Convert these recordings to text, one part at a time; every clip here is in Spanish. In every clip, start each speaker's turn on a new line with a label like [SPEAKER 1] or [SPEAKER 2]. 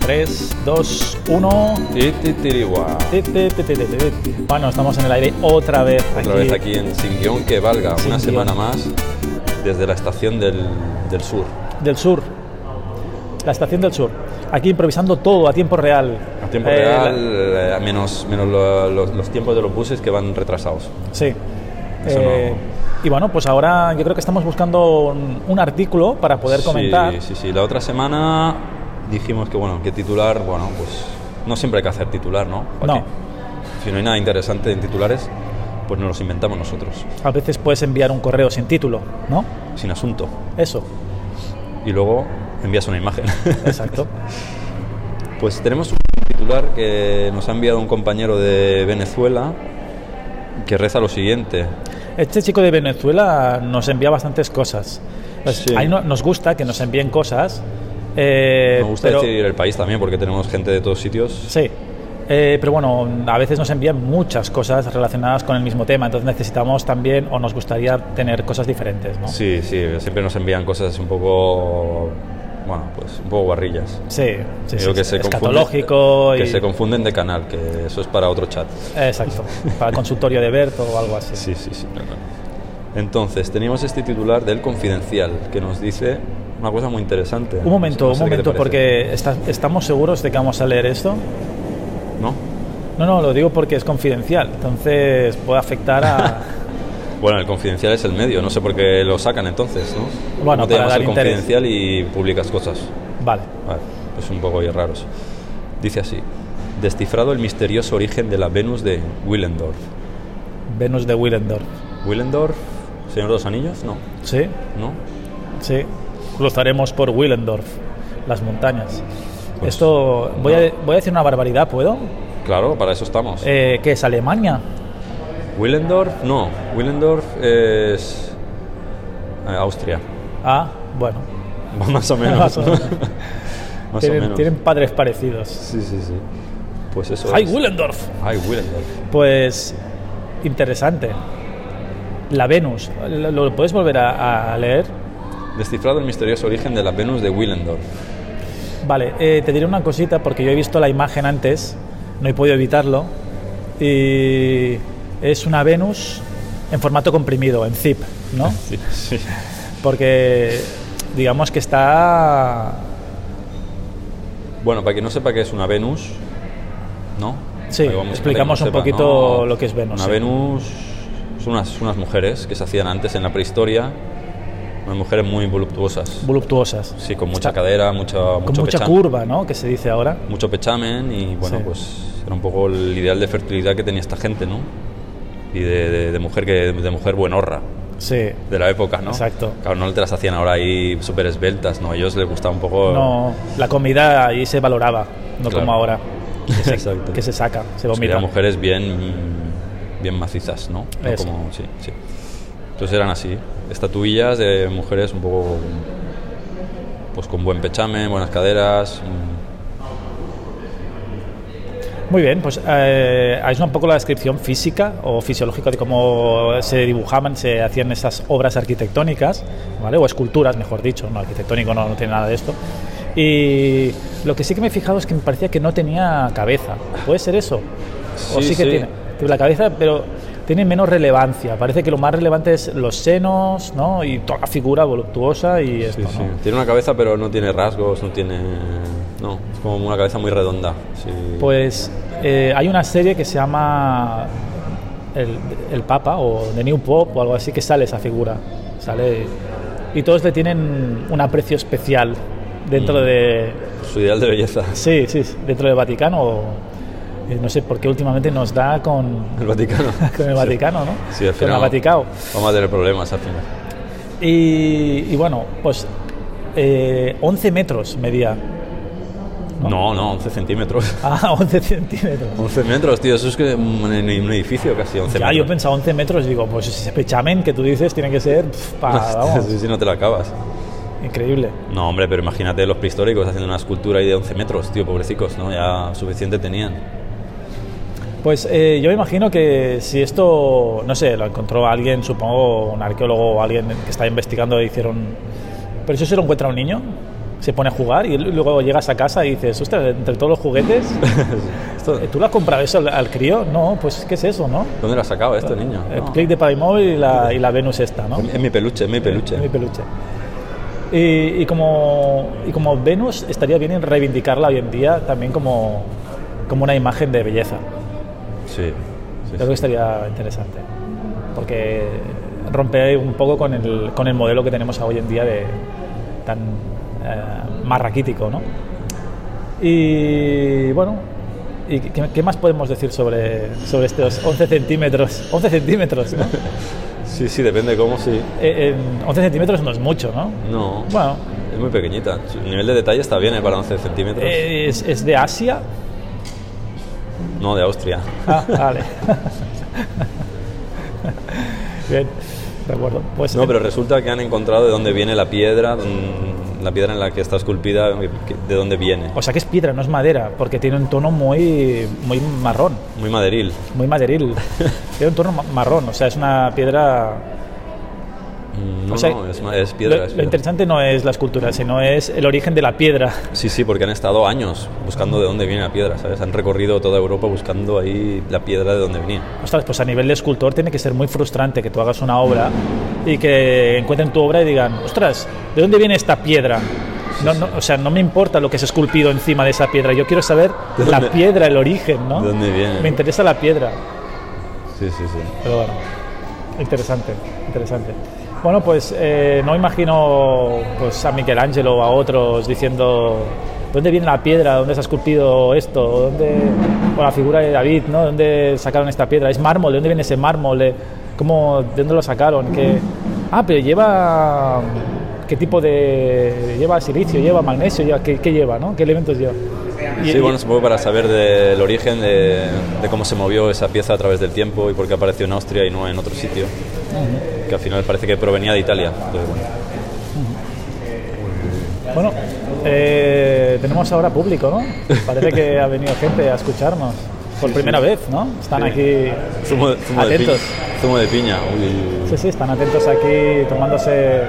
[SPEAKER 1] 3, 2, 1.
[SPEAKER 2] Tititiriwa.
[SPEAKER 1] Te, te, te, te, te, te. Bueno, estamos en el aire otra vez.
[SPEAKER 2] Otra vez aquí en Sin Guión que Valga,
[SPEAKER 1] Sin
[SPEAKER 2] una
[SPEAKER 1] Guión.
[SPEAKER 2] semana más desde la estación del, del sur.
[SPEAKER 1] Del sur. La estación del sur. Aquí improvisando todo a tiempo real.
[SPEAKER 2] A tiempo
[SPEAKER 1] Eh, la-
[SPEAKER 2] real, eh, menos, menos lo- los, los tiempos de los buses que van retrasados.
[SPEAKER 1] Sí.
[SPEAKER 2] Eso
[SPEAKER 1] Eh, Y bueno, pues ahora yo creo que estamos buscando un, un artículo para poder
[SPEAKER 2] Sí,
[SPEAKER 1] comentar.
[SPEAKER 2] Sí, sí, La otra semana dijimos que, bueno, que titular, bueno, pues no siempre hay que hacer titular, ¿no?
[SPEAKER 1] No.
[SPEAKER 2] Joaquín? Si no hay nada interesante en titulares, pues nos los inventamos nosotros,
[SPEAKER 1] A veces puedes enviar un correo sin título, ¿no?
[SPEAKER 2] sin asunto.
[SPEAKER 1] Eso,
[SPEAKER 2] Y luego envías una imagen.
[SPEAKER 1] exacto.
[SPEAKER 2] Pues tenemos un titular que nos ha enviado un compañero de Venezuela que reza lo siguiente.
[SPEAKER 1] Este chico de Venezuela nos envía bastantes cosas. Pues
[SPEAKER 2] Sí.
[SPEAKER 1] A mí no- nos gusta que nos envíen cosas. eh,
[SPEAKER 2] Me gusta
[SPEAKER 1] pero,
[SPEAKER 2] decir el país también porque tenemos gente de todos sitios.
[SPEAKER 1] Sí. Eh, pero bueno, a veces nos envían muchas cosas relacionadas con el mismo tema, entonces necesitamos también o nos gustaría tener cosas diferentes, ¿no?
[SPEAKER 2] Sí, sí, siempre nos envían cosas un poco, bueno, pues un poco guarrillas.
[SPEAKER 1] sí, sí,
[SPEAKER 2] Creo
[SPEAKER 1] sí,
[SPEAKER 2] que
[SPEAKER 1] sí.
[SPEAKER 2] se
[SPEAKER 1] escatológico
[SPEAKER 2] confunden-
[SPEAKER 1] y-
[SPEAKER 2] Que se confunden de canal, que eso es para otro chat.
[SPEAKER 1] Exacto, para el consultorio de Berto o algo así.
[SPEAKER 2] Sí, sí, sí. Entonces, teníamos este titular del Confidencial que nos dice una cosa muy interesante.
[SPEAKER 1] Un momento,
[SPEAKER 2] No
[SPEAKER 1] un
[SPEAKER 2] sé qué te
[SPEAKER 1] momento,
[SPEAKER 2] parece.
[SPEAKER 1] porque está- estamos seguros de que vamos a leer esto.
[SPEAKER 2] ¿No?
[SPEAKER 1] No, no, lo digo porque es confidencial, entonces puede afectar a...
[SPEAKER 2] Bueno, el confidencial es el medio, no sé por qué lo sacan entonces, ¿no?
[SPEAKER 1] Bueno,
[SPEAKER 2] no te
[SPEAKER 1] para
[SPEAKER 2] llamas
[SPEAKER 1] dar
[SPEAKER 2] el
[SPEAKER 1] interés.
[SPEAKER 2] confidencial y publicas cosas.
[SPEAKER 1] vale,
[SPEAKER 2] Vale, pues un poco ya raros. Dice así: Descifrado el misterioso origen de la Venus de Willendorf.
[SPEAKER 1] Venus de Willendorf.
[SPEAKER 2] ¿Willendorf? ¿Señor de los Anillos? No,
[SPEAKER 1] Sí,
[SPEAKER 2] ¿no?
[SPEAKER 1] sí. Cruzaremos por Willendorf, las montañas.
[SPEAKER 2] Pues,
[SPEAKER 1] Esto, voy, a, voy a decir una barbaridad, ¿puedo?
[SPEAKER 2] Claro, para eso estamos.
[SPEAKER 1] Eh, ¿Qué es Alemania?
[SPEAKER 2] ¿Willendorf? No, Willendorf es. eh, Austria.
[SPEAKER 1] Ah, bueno.
[SPEAKER 2] Más o menos.
[SPEAKER 1] Más o
[SPEAKER 2] ¿no?
[SPEAKER 1] menos.
[SPEAKER 2] Más o
[SPEAKER 1] tienen,
[SPEAKER 2] menos.
[SPEAKER 1] tienen padres parecidos.
[SPEAKER 2] Sí, sí, sí. Pues eso.
[SPEAKER 1] ¡Ay,
[SPEAKER 2] es.
[SPEAKER 1] Willendorf!
[SPEAKER 2] Ay, Willendorf.
[SPEAKER 1] Pues interesante. La Venus, ¿lo, lo puedes volver a, a leer?
[SPEAKER 2] Descifrado el misterioso origen de la Venus de Willendorf.
[SPEAKER 1] Vale, eh, te diré una cosita porque yo he visto la imagen antes, no he podido evitarlo, y es una Venus en formato comprimido, en zip, ¿no?
[SPEAKER 2] Sí, sí.
[SPEAKER 1] Porque digamos que está...
[SPEAKER 2] Bueno, para quien no sepa qué es una Venus, ¿no?
[SPEAKER 1] Sí,
[SPEAKER 2] Para que vamos-
[SPEAKER 1] explicamos
[SPEAKER 2] para que
[SPEAKER 1] un
[SPEAKER 2] no sepa,
[SPEAKER 1] poquito lo que es Venus,
[SPEAKER 2] Una
[SPEAKER 1] sí.
[SPEAKER 2] Venus son unas, unas mujeres que se hacían antes en la prehistoria, unas mujeres muy voluptuosas.
[SPEAKER 1] voluptuosas.
[SPEAKER 2] Sí, con mucha
[SPEAKER 1] Está-
[SPEAKER 2] cadera, mucha, mucho,
[SPEAKER 1] Con mucha
[SPEAKER 2] pecha-
[SPEAKER 1] curva, ¿no? Que se dice ahora.
[SPEAKER 2] mucho pechamen y bueno,
[SPEAKER 1] Sí.
[SPEAKER 2] pues era un poco el ideal de fertilidad que tenía esta gente, ¿no? Y de, de- de mujer que de mujer buenorra
[SPEAKER 1] Sí.
[SPEAKER 2] de la época, ¿no?
[SPEAKER 1] Exacto.
[SPEAKER 2] Claro, no te las hacían ahora ahí súper esbeltas, ¿no? A ellos les gustaba un poco...
[SPEAKER 1] No, la comida ahí se valoraba, no
[SPEAKER 2] Claro.
[SPEAKER 1] como ahora, que se,
[SPEAKER 2] Exacto.
[SPEAKER 1] que se saca, se
[SPEAKER 2] Pues que
[SPEAKER 1] vomita.
[SPEAKER 2] eran mujeres bien, bien macizas, ¿no? No
[SPEAKER 1] Eso.
[SPEAKER 2] como- sí, sí. Entonces eran así, estatuillas de mujeres un poco pues con buen pechame, buenas caderas. mm.
[SPEAKER 1] Muy bien, pues eh, es un poco la descripción física o fisiológica de cómo se dibujaban, se hacían esas obras arquitectónicas, ¿vale? O esculturas, mejor dicho, no arquitectónico no, no tiene nada de esto. Y lo que sí que me he fijado es que me parecía que no tenía cabeza. ¿Puede ser eso? o
[SPEAKER 2] Sí,
[SPEAKER 1] sí que
[SPEAKER 2] sí.
[SPEAKER 1] tiene tiene la cabeza, pero tiene menos relevancia. Parece que lo más relevante es los senos, ¿no? Y toda la figura voluptuosa y esto, ¿no?
[SPEAKER 2] Tiene una cabeza pero no tiene rasgos, no tiene... No, es como una cabeza muy redonda. sí.
[SPEAKER 1] Pues eh, hay una serie que se llama el, El Papa o The New Pop o algo así que sale esa figura. Sale y todos le tienen un aprecio especial dentro
[SPEAKER 2] Mm.
[SPEAKER 1] de
[SPEAKER 2] Su ideal de belleza.
[SPEAKER 1] sí, sí, dentro del Vaticano. o- eh, no sé por qué últimamente nos da con,
[SPEAKER 2] El Vaticano.
[SPEAKER 1] con el Vaticano, ¿no?
[SPEAKER 2] Sí, al
[SPEAKER 1] con
[SPEAKER 2] final
[SPEAKER 1] el Vaticano.
[SPEAKER 2] Vamos a tener problemas al final.
[SPEAKER 1] Y, y bueno, pues eh, 11 metros medía.
[SPEAKER 2] No, no, 11 centímetros.
[SPEAKER 1] Ah, 11 centímetros.
[SPEAKER 2] 11 metros, tío, eso es que un, un edificio casi 11
[SPEAKER 1] Ya,
[SPEAKER 2] metros.
[SPEAKER 1] yo pensaba 11 metros, digo, pues ese pechamen que tú dices tiene que ser pf, pa, vamos,
[SPEAKER 2] Sí, sí, no te lo acabas.
[SPEAKER 1] increíble.
[SPEAKER 2] No, hombre, pero imagínate los prehistóricos haciendo una escultura ahí de 11 metros, tío, pobrecicos, ¿no? Ya suficiente tenían.
[SPEAKER 1] Pues eh, yo me imagino que si esto, no sé, lo encontró alguien, supongo un arqueólogo o alguien que está investigando, hicieron... ¿Pero eso se lo encuentra un niño? se pone a jugar y luego llegas a casa y dices, ostras, entre todos los juguetes, eh,
[SPEAKER 2] Esto-
[SPEAKER 1] ¿tú lo has comprado eso al, al crío? No, pues ¿qué es eso, no?
[SPEAKER 2] ¿Dónde lo has sacado este niño?
[SPEAKER 1] El
[SPEAKER 2] No.
[SPEAKER 1] click de Playmobil y la, y la Venus esta, ¿no?
[SPEAKER 2] Es mi peluche, es mi peluche.
[SPEAKER 1] Mi peluche. Y, y como, y como Venus estaría bien en reivindicarla hoy en día también como, como una imagen de belleza.
[SPEAKER 2] Sí. sí,
[SPEAKER 1] Creo que estaría interesante. Porque rompe un poco con el, con el modelo que tenemos hoy en día de tan eh, más raquítico, ¿no? Y bueno, ¿y qué, qué más podemos decir sobre, sobre estos 11 centímetros? 11 centímetros, ¿no?
[SPEAKER 2] Sí, sí, depende de cómo, sí.
[SPEAKER 1] Eh, en 11 centímetros no es mucho, ¿no?
[SPEAKER 2] No.
[SPEAKER 1] Bueno,
[SPEAKER 2] Es muy pequeñita. El nivel de detalle está bien, ¿eh? Para 11 centímetros.
[SPEAKER 1] eh, es, es de Asia.
[SPEAKER 2] No, de Austria.
[SPEAKER 1] Ah, vale. Bien, de acuerdo. Pues,
[SPEAKER 2] No, pero resulta que han encontrado de dónde viene la piedra, mm, la piedra en la que está esculpida, que- de dónde viene.
[SPEAKER 1] O sea que es piedra, no es madera, porque tiene un tono muy, muy marrón,
[SPEAKER 2] Muy maderil.
[SPEAKER 1] muy maderil. tiene un tono ma- marrón, o sea, es una piedra...
[SPEAKER 2] Mm, No,
[SPEAKER 1] o sea,
[SPEAKER 2] no, es, ma- es piedra.
[SPEAKER 1] Lo,
[SPEAKER 2] es
[SPEAKER 1] lo
[SPEAKER 2] piedra.
[SPEAKER 1] interesante no es la escultura, sino es el origen de la piedra.
[SPEAKER 2] Sí, sí, porque han estado años buscando de dónde viene la piedra, ¿sabes? Han recorrido toda Europa buscando ahí la piedra de dónde venía.
[SPEAKER 1] Ostras, pues a nivel de escultor tiene que ser muy frustrante que tú hagas una obra y que encuentren tu obra y digan, ostras, ¿de dónde viene esta piedra? No, no, o sea, no me importa lo que es esculpido encima de esa piedra, yo quiero saber
[SPEAKER 2] ¿De
[SPEAKER 1] la
[SPEAKER 2] dónde-
[SPEAKER 1] piedra, el origen, ¿no?
[SPEAKER 2] de dónde viene?
[SPEAKER 1] Me interesa la piedra.
[SPEAKER 2] Sí, sí, sí.
[SPEAKER 1] Pero bueno, interesante, interesante. Bueno, pues eh, no imagino pues, a Michelangelo o a otros diciendo dónde viene la piedra, dónde se ha esculpido esto, ¿O dónde o la figura de David, ¿no? ¿Dónde sacaron esta piedra? ¿Es mármol? ¿De dónde viene ese mármol? Eh, ¿Cómo, ¿De dónde lo sacaron? ¿Qué... Ah, pero lleva... ¿Qué tipo de...? ¿Lleva silicio? ¿Lleva magnesio? Lleva... ¿Qué, qué lleva? ¿no? ¿Qué elementos lleva? Y-
[SPEAKER 2] Sí,
[SPEAKER 1] y-
[SPEAKER 2] bueno, supongo para saber del origen de, de cómo se movió esa pieza a través del tiempo y por qué apareció en Austria y no en otro sitio, que al final parece que provenía de Italia. Entonces, bueno.
[SPEAKER 1] Bueno, eh, tenemos ahora público, ¿no? Parece que ha venido gente a escucharnos por primera vez, ¿no? Están
[SPEAKER 2] Sí.
[SPEAKER 1] aquí,
[SPEAKER 2] Zumo, de- zumo de piña.
[SPEAKER 1] Atentos.
[SPEAKER 2] Zumo de piña. Uy, uy, uy.
[SPEAKER 1] sí, sí, están atentos aquí tomándose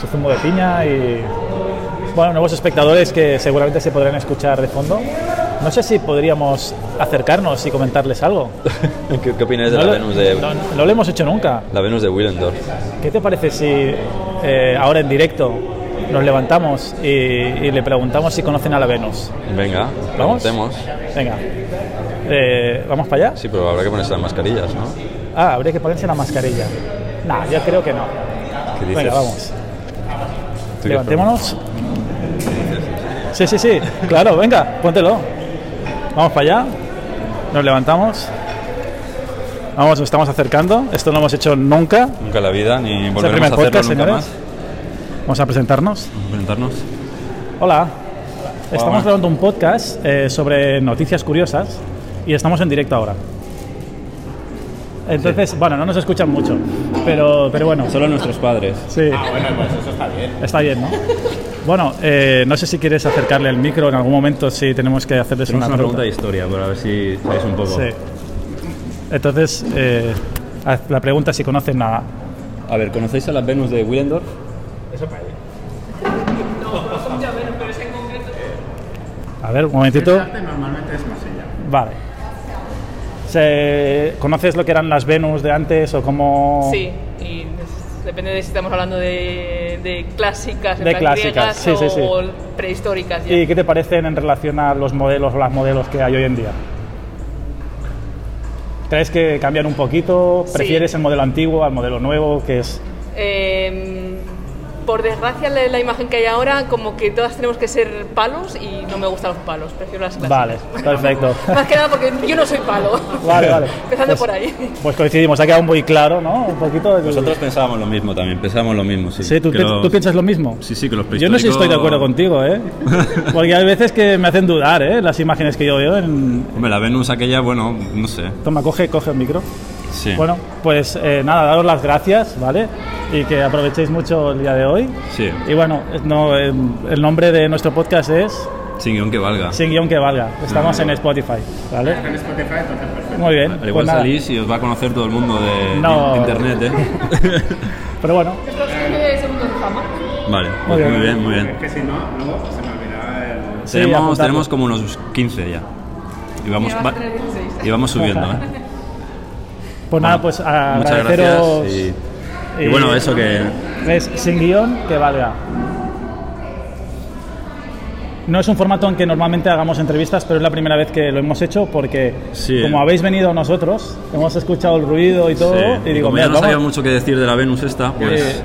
[SPEAKER 1] su zumo de piña y, bueno, nuevos espectadores que seguramente se podrán escuchar de fondo. No sé si podríamos acercarnos y comentarles algo.
[SPEAKER 2] ¿Qué, qué opináis de
[SPEAKER 1] No
[SPEAKER 2] la
[SPEAKER 1] lo,
[SPEAKER 2] Venus de,
[SPEAKER 1] no- no lo hemos hecho nunca.
[SPEAKER 2] la Venus de Willendorf?
[SPEAKER 1] ¿Qué te parece si eh, ahora en directo nos levantamos y- y le preguntamos si conocen a la Venus?
[SPEAKER 2] Venga,
[SPEAKER 1] ¿Vamos?
[SPEAKER 2] preguntemos.
[SPEAKER 1] Venga. Eh, ¿Vamos para allá?
[SPEAKER 2] Sí, pero habrá que ponerse las mascarillas, ¿no?
[SPEAKER 1] Ah, habría que ponerse la mascarilla. Nah, yo creo que no.
[SPEAKER 2] ¿Qué dices?
[SPEAKER 1] Venga, vamos.
[SPEAKER 2] ¿Tú qué
[SPEAKER 1] Levantémonos. Sí, sí, sí. Claro, venga, póntelo. Vamos para allá. Nos levantamos. Vamos, nos estamos acercando. Esto no lo hemos hecho nunca.
[SPEAKER 2] preguntas? Nunca en la vida, ni
[SPEAKER 1] Es el
[SPEAKER 2] volveremos a
[SPEAKER 1] primer
[SPEAKER 2] hacerlo
[SPEAKER 1] podcast,
[SPEAKER 2] nunca
[SPEAKER 1] señores. Vamos a presentarnos.
[SPEAKER 2] más. Presentarnos.
[SPEAKER 1] Hola. Estamos
[SPEAKER 2] Hola.
[SPEAKER 1] grabando un podcast eh, sobre noticias curiosas y estamos en directo ahora. Entonces, bueno, no nos escuchan mucho, pero, pero bueno,
[SPEAKER 2] Solo nuestros padres.
[SPEAKER 1] sí. Ah, bueno, pues eso está bien. Está bien, ¿no? Bueno, eh, no sé si quieres acercarle el micro en algún momento si tenemos que hacerles una, pregunta.
[SPEAKER 2] historia, para ver si sabéis un poco.
[SPEAKER 1] Sí. Entonces, eh, haz la pregunta si conocen a...
[SPEAKER 2] A ver, ¿conocéis a la Venus de Willendorf?
[SPEAKER 1] A ver, un momentito.
[SPEAKER 3] Normalmente es Marsella.
[SPEAKER 1] Vale. Se- ¿Conoces lo que eran las Venus de antes o cómo...?
[SPEAKER 4] Sí, y es- depende de si estamos hablando de, de clásicas, en
[SPEAKER 1] De
[SPEAKER 4] plan
[SPEAKER 1] clásicas,
[SPEAKER 4] griegas
[SPEAKER 1] sí, sí, sí.
[SPEAKER 4] o prehistóricas. ya.
[SPEAKER 1] ¿Y qué te parecen en relación a los modelos o las modelos que hay hoy en día? ¿Crees que cambian un poquito?
[SPEAKER 4] Sí.
[SPEAKER 1] ¿Prefieres el modelo antiguo al modelo nuevo? Que es...
[SPEAKER 4] Eh, por desgracia, la, la imagen que hay ahora, como que todas tenemos que ser palos y no me gustan los palos, prefiero las clásicas.
[SPEAKER 1] Vale, perfecto.
[SPEAKER 4] Más que nada porque yo no soy palo.
[SPEAKER 1] Vale, vale.
[SPEAKER 4] Empezando por ahí.
[SPEAKER 1] Pues coincidimos, ha quedado muy claro, ¿no? Un poquito. el-
[SPEAKER 2] Nosotros pensábamos lo mismo también, pensábamos lo mismo, sí.
[SPEAKER 1] Sí, ¿tú,
[SPEAKER 2] Que
[SPEAKER 1] pi-
[SPEAKER 2] los-
[SPEAKER 1] tú piensas lo mismo?
[SPEAKER 2] Sí, sí, que los
[SPEAKER 1] Yo no sé si
[SPEAKER 2] prehistóricos-
[SPEAKER 1] estoy de acuerdo contigo, ¿eh? Porque hay veces que me hacen dudar, ¿eh? Las imágenes que yo veo en...
[SPEAKER 2] Hombre, la Venus aquella, bueno, no sé.
[SPEAKER 1] Toma, coge, coge el micro.
[SPEAKER 2] Sí.
[SPEAKER 1] Bueno, pues eh, nada, daros las gracias, ¿vale? Y que aprovechéis mucho el día de hoy.
[SPEAKER 2] Sí.
[SPEAKER 1] Y bueno, no, eh, el nombre de nuestro podcast es
[SPEAKER 2] Sin guión que valga.
[SPEAKER 1] Sin guión que valga. Estamos en Spotify, ¿vale?
[SPEAKER 3] En Spotify, entonces perfecto.
[SPEAKER 1] Muy bien.
[SPEAKER 2] Al
[SPEAKER 1] pues
[SPEAKER 2] igual
[SPEAKER 1] nada.
[SPEAKER 2] salís y os va a conocer todo el mundo de,
[SPEAKER 1] No.
[SPEAKER 2] de internet, ¿eh?
[SPEAKER 1] Pero bueno,
[SPEAKER 4] Segundo de fama.
[SPEAKER 2] Vale,
[SPEAKER 1] Muy
[SPEAKER 2] pues
[SPEAKER 1] bien.
[SPEAKER 2] muy bien, muy bien.
[SPEAKER 3] Es que si no, luego se me olvidaba el...
[SPEAKER 1] Sí,
[SPEAKER 2] tenemos,
[SPEAKER 1] apuntadlo.
[SPEAKER 2] tenemos como unos 15 ya. Y vamos,
[SPEAKER 4] Llevas
[SPEAKER 2] va-
[SPEAKER 4] tres, dieciséis.
[SPEAKER 2] y vamos subiendo, ¿eh?
[SPEAKER 1] Pues nada,
[SPEAKER 2] Bueno,
[SPEAKER 1] pues
[SPEAKER 2] Ah, Muchas
[SPEAKER 1] agradeceros.
[SPEAKER 2] gracias. Y, y bueno, eso que...
[SPEAKER 1] Es sin guión que valga. No es un formato en que normalmente hagamos entrevistas, pero es la primera vez que lo hemos hecho porque
[SPEAKER 2] Sí.
[SPEAKER 1] como habéis venido nosotros, hemos escuchado el ruido y todo,
[SPEAKER 2] sí,
[SPEAKER 1] y digo,
[SPEAKER 2] como
[SPEAKER 1] mira,
[SPEAKER 2] ya no
[SPEAKER 1] vamos-
[SPEAKER 2] sabía mucho qué decir de la Venus esta, pues...
[SPEAKER 1] eh,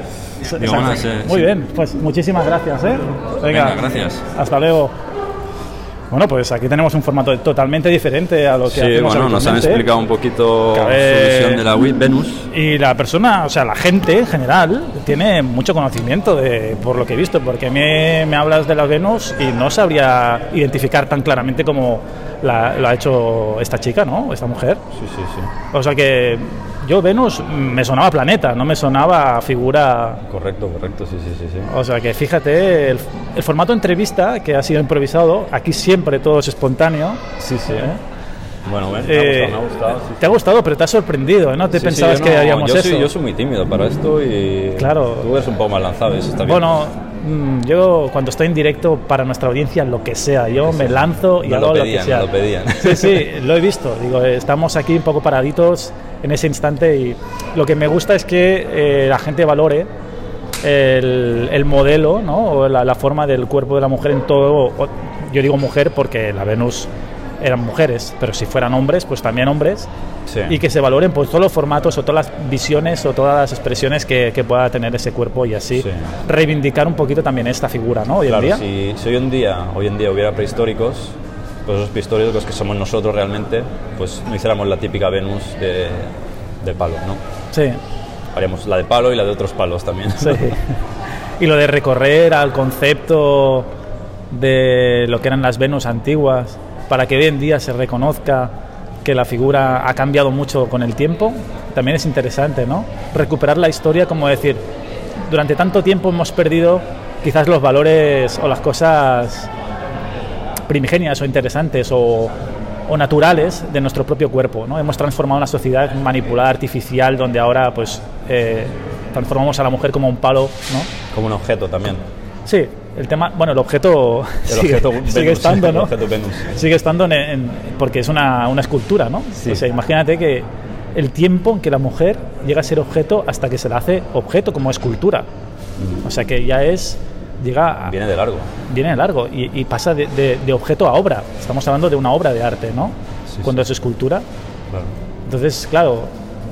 [SPEAKER 2] digo,
[SPEAKER 1] exacto.
[SPEAKER 2] bueno, sí,
[SPEAKER 1] Muy
[SPEAKER 2] sí.
[SPEAKER 1] bien, pues muchísimas gracias, ¿eh?
[SPEAKER 2] Venga, gracias.
[SPEAKER 1] Hasta luego. Bueno, pues aquí tenemos un formato totalmente diferente a lo que
[SPEAKER 2] Sí,
[SPEAKER 1] hacemos Eh,
[SPEAKER 2] bueno, nos han
[SPEAKER 1] habitualmente.
[SPEAKER 2] explicado un poquito
[SPEAKER 1] Que a ver-
[SPEAKER 2] su visión de la Wii- Venus.
[SPEAKER 1] Y la persona, o sea, la gente en general, tiene mucho conocimiento de, por lo que he visto, porque a mí me hablas de la Venus y no sabría identificar tan claramente como la, lo ha hecho esta chica, ¿no? Esta mujer.
[SPEAKER 2] Sí, sí, sí.
[SPEAKER 1] O sea que yo Venus me sonaba planeta, no me sonaba figura...
[SPEAKER 2] Correcto, correcto, sí, sí, sí. sí.
[SPEAKER 1] O sea que fíjate, el, el formato entrevista que ha sido improvisado, aquí siempre todo es espontáneo.
[SPEAKER 2] Sí, sí.
[SPEAKER 1] ¿eh?
[SPEAKER 2] Bueno, bueno,
[SPEAKER 1] Eh,
[SPEAKER 2] me ha gustado, me ha gustado. sí,
[SPEAKER 1] Te ha gustado, pero te ha sorprendido, ¿no? Te
[SPEAKER 2] Sí, sí,
[SPEAKER 1] pensabas
[SPEAKER 2] yo
[SPEAKER 1] que
[SPEAKER 2] no-
[SPEAKER 1] haríamos
[SPEAKER 2] yo
[SPEAKER 1] eso.
[SPEAKER 2] Soy, yo soy muy tímido para esto y.
[SPEAKER 1] Claro.
[SPEAKER 2] Tú eres un poco más lanzado, y eso está bien.
[SPEAKER 1] Bueno, mm, yo cuando estoy en directo para nuestra audiencia, lo que sea, yo me lanzo y
[SPEAKER 2] Me lo
[SPEAKER 1] hago lo,
[SPEAKER 2] pedían,
[SPEAKER 1] que sea.
[SPEAKER 2] me lo pedían.
[SPEAKER 1] Sí, sí, lo he visto. Digo, eh, estamos aquí un poco paraditos en ese instante y lo que me gusta es que eh, la gente valore el, el modelo, ¿no? O la, la forma del cuerpo de la mujer en todo. o- Yo digo mujer porque la Venus eran mujeres, pero si fueran hombres, pues también hombres
[SPEAKER 2] Sí.
[SPEAKER 1] y que se valoren pues todos los formatos o todas las visiones o todas las expresiones que, que pueda tener ese cuerpo y así
[SPEAKER 2] Sí.
[SPEAKER 1] reivindicar un poquito también esta figura, ¿no? Hoy
[SPEAKER 2] claro,
[SPEAKER 1] en día.
[SPEAKER 2] Si, si hoy en día, hoy en día hubiera prehistóricos, pues los prehistóricos que somos nosotros realmente, pues no hiciéramos la típica Venus de, de palo, ¿no?
[SPEAKER 1] Sí,
[SPEAKER 2] Haríamos la de palo y la de otros palos también.
[SPEAKER 1] sí. y lo de recorrer al concepto de lo que eran las Venus antiguas, para que hoy en día se reconozca que la figura ha cambiado mucho con el tiempo, también es interesante, ¿no? Recuperar la historia como decir, durante tanto tiempo hemos perdido quizás los valores o las cosas primigenias o interesantes o, o naturales de nuestro propio cuerpo. ¿no? Hemos transformado una sociedad manipulada, artificial, donde ahora pues eh, transformamos a la mujer como un palo. ¿no?
[SPEAKER 2] Como un objeto también.
[SPEAKER 1] Sí, el tema, bueno, el objeto,
[SPEAKER 2] El
[SPEAKER 1] sigue,
[SPEAKER 2] objeto
[SPEAKER 1] sigue
[SPEAKER 2] Venus,
[SPEAKER 1] estando,
[SPEAKER 2] el
[SPEAKER 1] ¿no?
[SPEAKER 2] objeto Venus.
[SPEAKER 1] Sigue estando en- en- porque es una, una escultura, ¿no?
[SPEAKER 2] Sí.
[SPEAKER 1] O sea, imagínate que el tiempo en que la mujer llega a ser objeto hasta que se la hace objeto como escultura. O sea que ya es, llega a,
[SPEAKER 2] Viene de largo.
[SPEAKER 1] viene de largo y, y pasa de, de- de objeto a obra. Estamos hablando de una obra de arte, ¿no?
[SPEAKER 2] Sí,
[SPEAKER 1] cuando es escultura.
[SPEAKER 2] Claro.
[SPEAKER 1] Entonces, claro,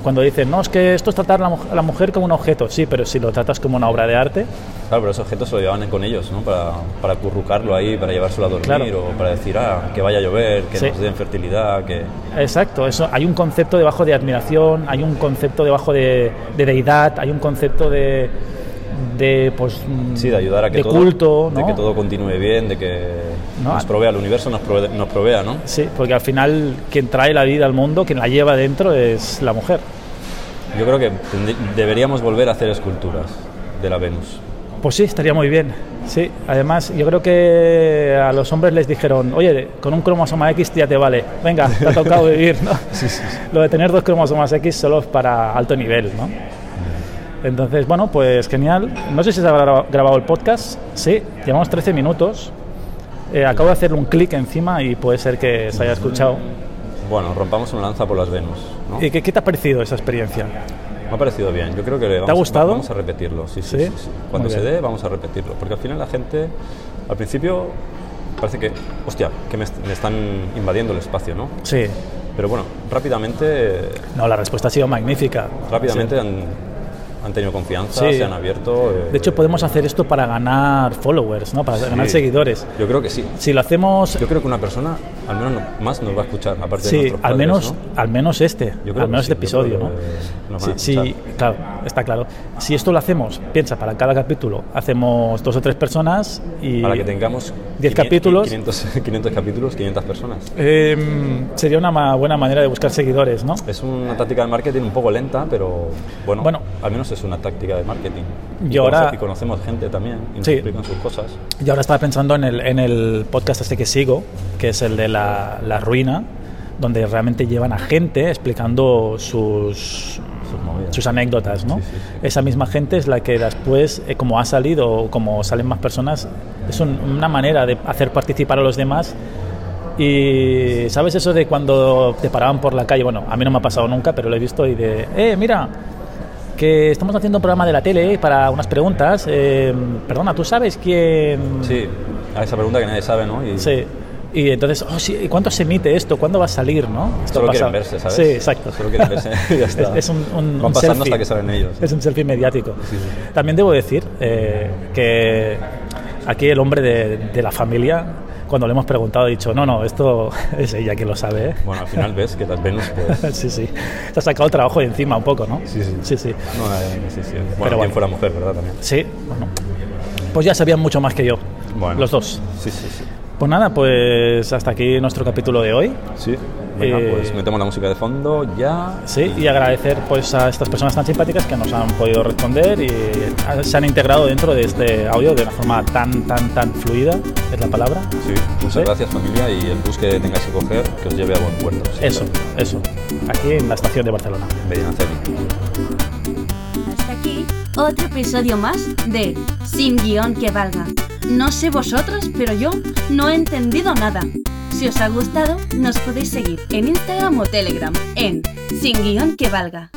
[SPEAKER 1] cuando dicen, no, es que esto es tratar a la, mu- a la mujer como un objeto, sí, pero si lo tratas como una obra de arte,
[SPEAKER 2] Claro, pero ese objeto se lo llevaban con ellos, ¿no? Para, para currucarlo ahí, para llevárselo a dormir
[SPEAKER 1] Claro.
[SPEAKER 2] o para decir, ah, que vaya a llover, que
[SPEAKER 1] Sí.
[SPEAKER 2] nos den fertilidad, que...
[SPEAKER 1] exacto, eso, hay un concepto debajo de admiración, hay un concepto debajo de, de deidad, hay un concepto de, de pues, mm,
[SPEAKER 2] Sí, de ayudar a que,
[SPEAKER 1] de
[SPEAKER 2] todo,
[SPEAKER 1] culto,
[SPEAKER 2] de
[SPEAKER 1] ¿no?
[SPEAKER 2] que todo continúe bien, de que
[SPEAKER 1] No,
[SPEAKER 2] nos
[SPEAKER 1] a-
[SPEAKER 2] provea, el universo nos prove- nos provea, ¿no?
[SPEAKER 1] Sí, porque al final quien trae la vida al mundo, quien la lleva dentro es la mujer.
[SPEAKER 2] Yo creo que tendrí- deberíamos volver a hacer esculturas de la Venus.
[SPEAKER 1] Pues sí, estaría muy bien. Sí, además yo creo que a los hombres les dijeron, oye, con un cromosoma X ya te vale, venga, te ha tocado vivir, ¿no? Lo de tener dos cromosomas X solo es para alto nivel, ¿no? Entonces, bueno, pues genial. No sé si se ha gra- grabado el podcast. Sí, llevamos 13 minutos. Eh, acabo de hacerle un clic encima y puede ser que se haya escuchado.
[SPEAKER 2] Bueno, rompamos una lanza por las Venus, ¿no?
[SPEAKER 1] ¿Y qué, qué te ha parecido esa experiencia?
[SPEAKER 2] Me ha parecido bien, yo creo que... Vamos,
[SPEAKER 1] ha gustado?
[SPEAKER 2] Vamos a repetirlo, sí, sí,
[SPEAKER 1] ¿Sí?
[SPEAKER 2] sí, sí. Cuando
[SPEAKER 1] Muy
[SPEAKER 2] se
[SPEAKER 1] bien.
[SPEAKER 2] dé, vamos a repetirlo. Porque al final la gente, al principio, parece que, hostia, que me, est- me están invadiendo el espacio, ¿no?
[SPEAKER 1] Sí.
[SPEAKER 2] Pero bueno, rápidamente,
[SPEAKER 1] No, la respuesta ha sido magnífica.
[SPEAKER 2] rápidamente han, han tenido confianza,
[SPEAKER 1] Sí.
[SPEAKER 2] se han abierto... eh,
[SPEAKER 1] De hecho, podemos hacer esto para ganar followers, ¿no? Para ganar
[SPEAKER 2] sí.
[SPEAKER 1] seguidores.
[SPEAKER 2] Yo creo que sí.
[SPEAKER 1] Si lo hacemos,
[SPEAKER 2] Yo creo que una persona, al menos no- más, nos va a escuchar, aparte de
[SPEAKER 1] sí,
[SPEAKER 2] nuestros
[SPEAKER 1] al
[SPEAKER 2] padres,
[SPEAKER 1] menos,
[SPEAKER 2] ¿no?
[SPEAKER 1] al menos este,
[SPEAKER 2] Yo
[SPEAKER 1] al
[SPEAKER 2] creo que
[SPEAKER 1] menos
[SPEAKER 2] sí,
[SPEAKER 1] este
[SPEAKER 2] yo creo
[SPEAKER 1] episodio, ¿no?
[SPEAKER 2] que nos van
[SPEAKER 1] Sí,
[SPEAKER 2] a
[SPEAKER 1] sí,
[SPEAKER 2] escuchar.
[SPEAKER 1] claro, está claro. Si esto lo hacemos, piensa, para cada capítulo hacemos dos o tres personas y...
[SPEAKER 2] Para que tengamos
[SPEAKER 1] 10
[SPEAKER 2] 500
[SPEAKER 1] capítulos.
[SPEAKER 2] 500, 500 capítulos, 500 personas.
[SPEAKER 1] Em, sería una ma- buena manera de buscar seguidores, ¿no?
[SPEAKER 2] Es una táctica de marketing un poco lenta, pero bueno,
[SPEAKER 1] Bueno.
[SPEAKER 2] al menos es una táctica de marketing.
[SPEAKER 1] Y ahora-
[SPEAKER 2] conoce- y conocemos gente también, y nos
[SPEAKER 1] Sí.
[SPEAKER 2] explican sus cosas.
[SPEAKER 1] Y ahora estaba pensando en el, en el podcast este que sigo, que es el de la, la ruina, donde realmente llevan a gente explicando sus,
[SPEAKER 2] sus movidas.
[SPEAKER 1] sus anécdotas, ¿no?
[SPEAKER 2] Sí, sí, sí.
[SPEAKER 1] Esa misma gente es la que después, eh, como ha salido o como salen más personas, es un- una manera de hacer participar a los demás. Y sabes eso de cuando te paraban por la calle, bueno, a mí no me ha pasado nunca, pero lo he visto y de, eh, mira, que estamos haciendo un programa de la tele para unas preguntas. eh, perdona, ¿tú sabes quién?
[SPEAKER 2] Sí, a esa pregunta que nadie sabe, ¿no? Y
[SPEAKER 1] Sí. Y entonces, oh, sí, ¿y ¿cuándo se emite esto? ¿Cuándo va a salir? ¿no? Esto
[SPEAKER 2] Solo
[SPEAKER 1] ha
[SPEAKER 2] quieren
[SPEAKER 1] pasado.
[SPEAKER 2] verse, ¿sabes?
[SPEAKER 1] Sí, exacto.
[SPEAKER 2] Solo quieren verse. ya está.
[SPEAKER 1] Es, es un, un-
[SPEAKER 2] Van
[SPEAKER 1] un
[SPEAKER 2] pasando
[SPEAKER 1] selfie.
[SPEAKER 2] hasta que salen ellos.
[SPEAKER 1] Es un selfie mediático.
[SPEAKER 2] Sí, sí.
[SPEAKER 1] También debo decir eh, que aquí el hombre de, de la familia, cuando le hemos preguntado, ha dicho, no, no, esto es ella quien lo sabe. ¿eh".
[SPEAKER 2] Bueno, al final ves que las Venus, pues.
[SPEAKER 1] sí, sí. Se ha sacado el trabajo de encima un poco, ¿no?
[SPEAKER 2] Sí, sí.
[SPEAKER 1] Sí, sí.
[SPEAKER 2] No, eh, sí, sí. Bueno,
[SPEAKER 1] bueno.
[SPEAKER 2] quien fuera mujer, ¿verdad? También.
[SPEAKER 1] Sí, bueno. Pues ya sabían mucho más que yo,
[SPEAKER 2] Bueno.
[SPEAKER 1] los dos.
[SPEAKER 2] Sí, sí, sí.
[SPEAKER 1] Pues nada, pues hasta aquí nuestro capítulo de hoy.
[SPEAKER 2] Sí. Venga,
[SPEAKER 1] Eh,
[SPEAKER 2] pues metemos la música de fondo ya.
[SPEAKER 1] Sí, y agradecer pues a estas personas tan simpáticas que nos han podido responder y han- se han integrado dentro de este audio de una forma tan, tan, tan fluida, es la palabra.
[SPEAKER 2] Sí, muchas
[SPEAKER 1] Sí.
[SPEAKER 2] gracias familia y el bus que tengáis que coger que os lleve a buen puerto. siempre.
[SPEAKER 1] Eso, eso, aquí en la estación de Barcelona.
[SPEAKER 2] Berenaceli.
[SPEAKER 5] Hasta aquí otro episodio más de Sin guión que valga. No sé vosotros, pero yo no he entendido nada. Si os ha gustado, nos podéis seguir en Instagram o Telegram en Sin guión que valga.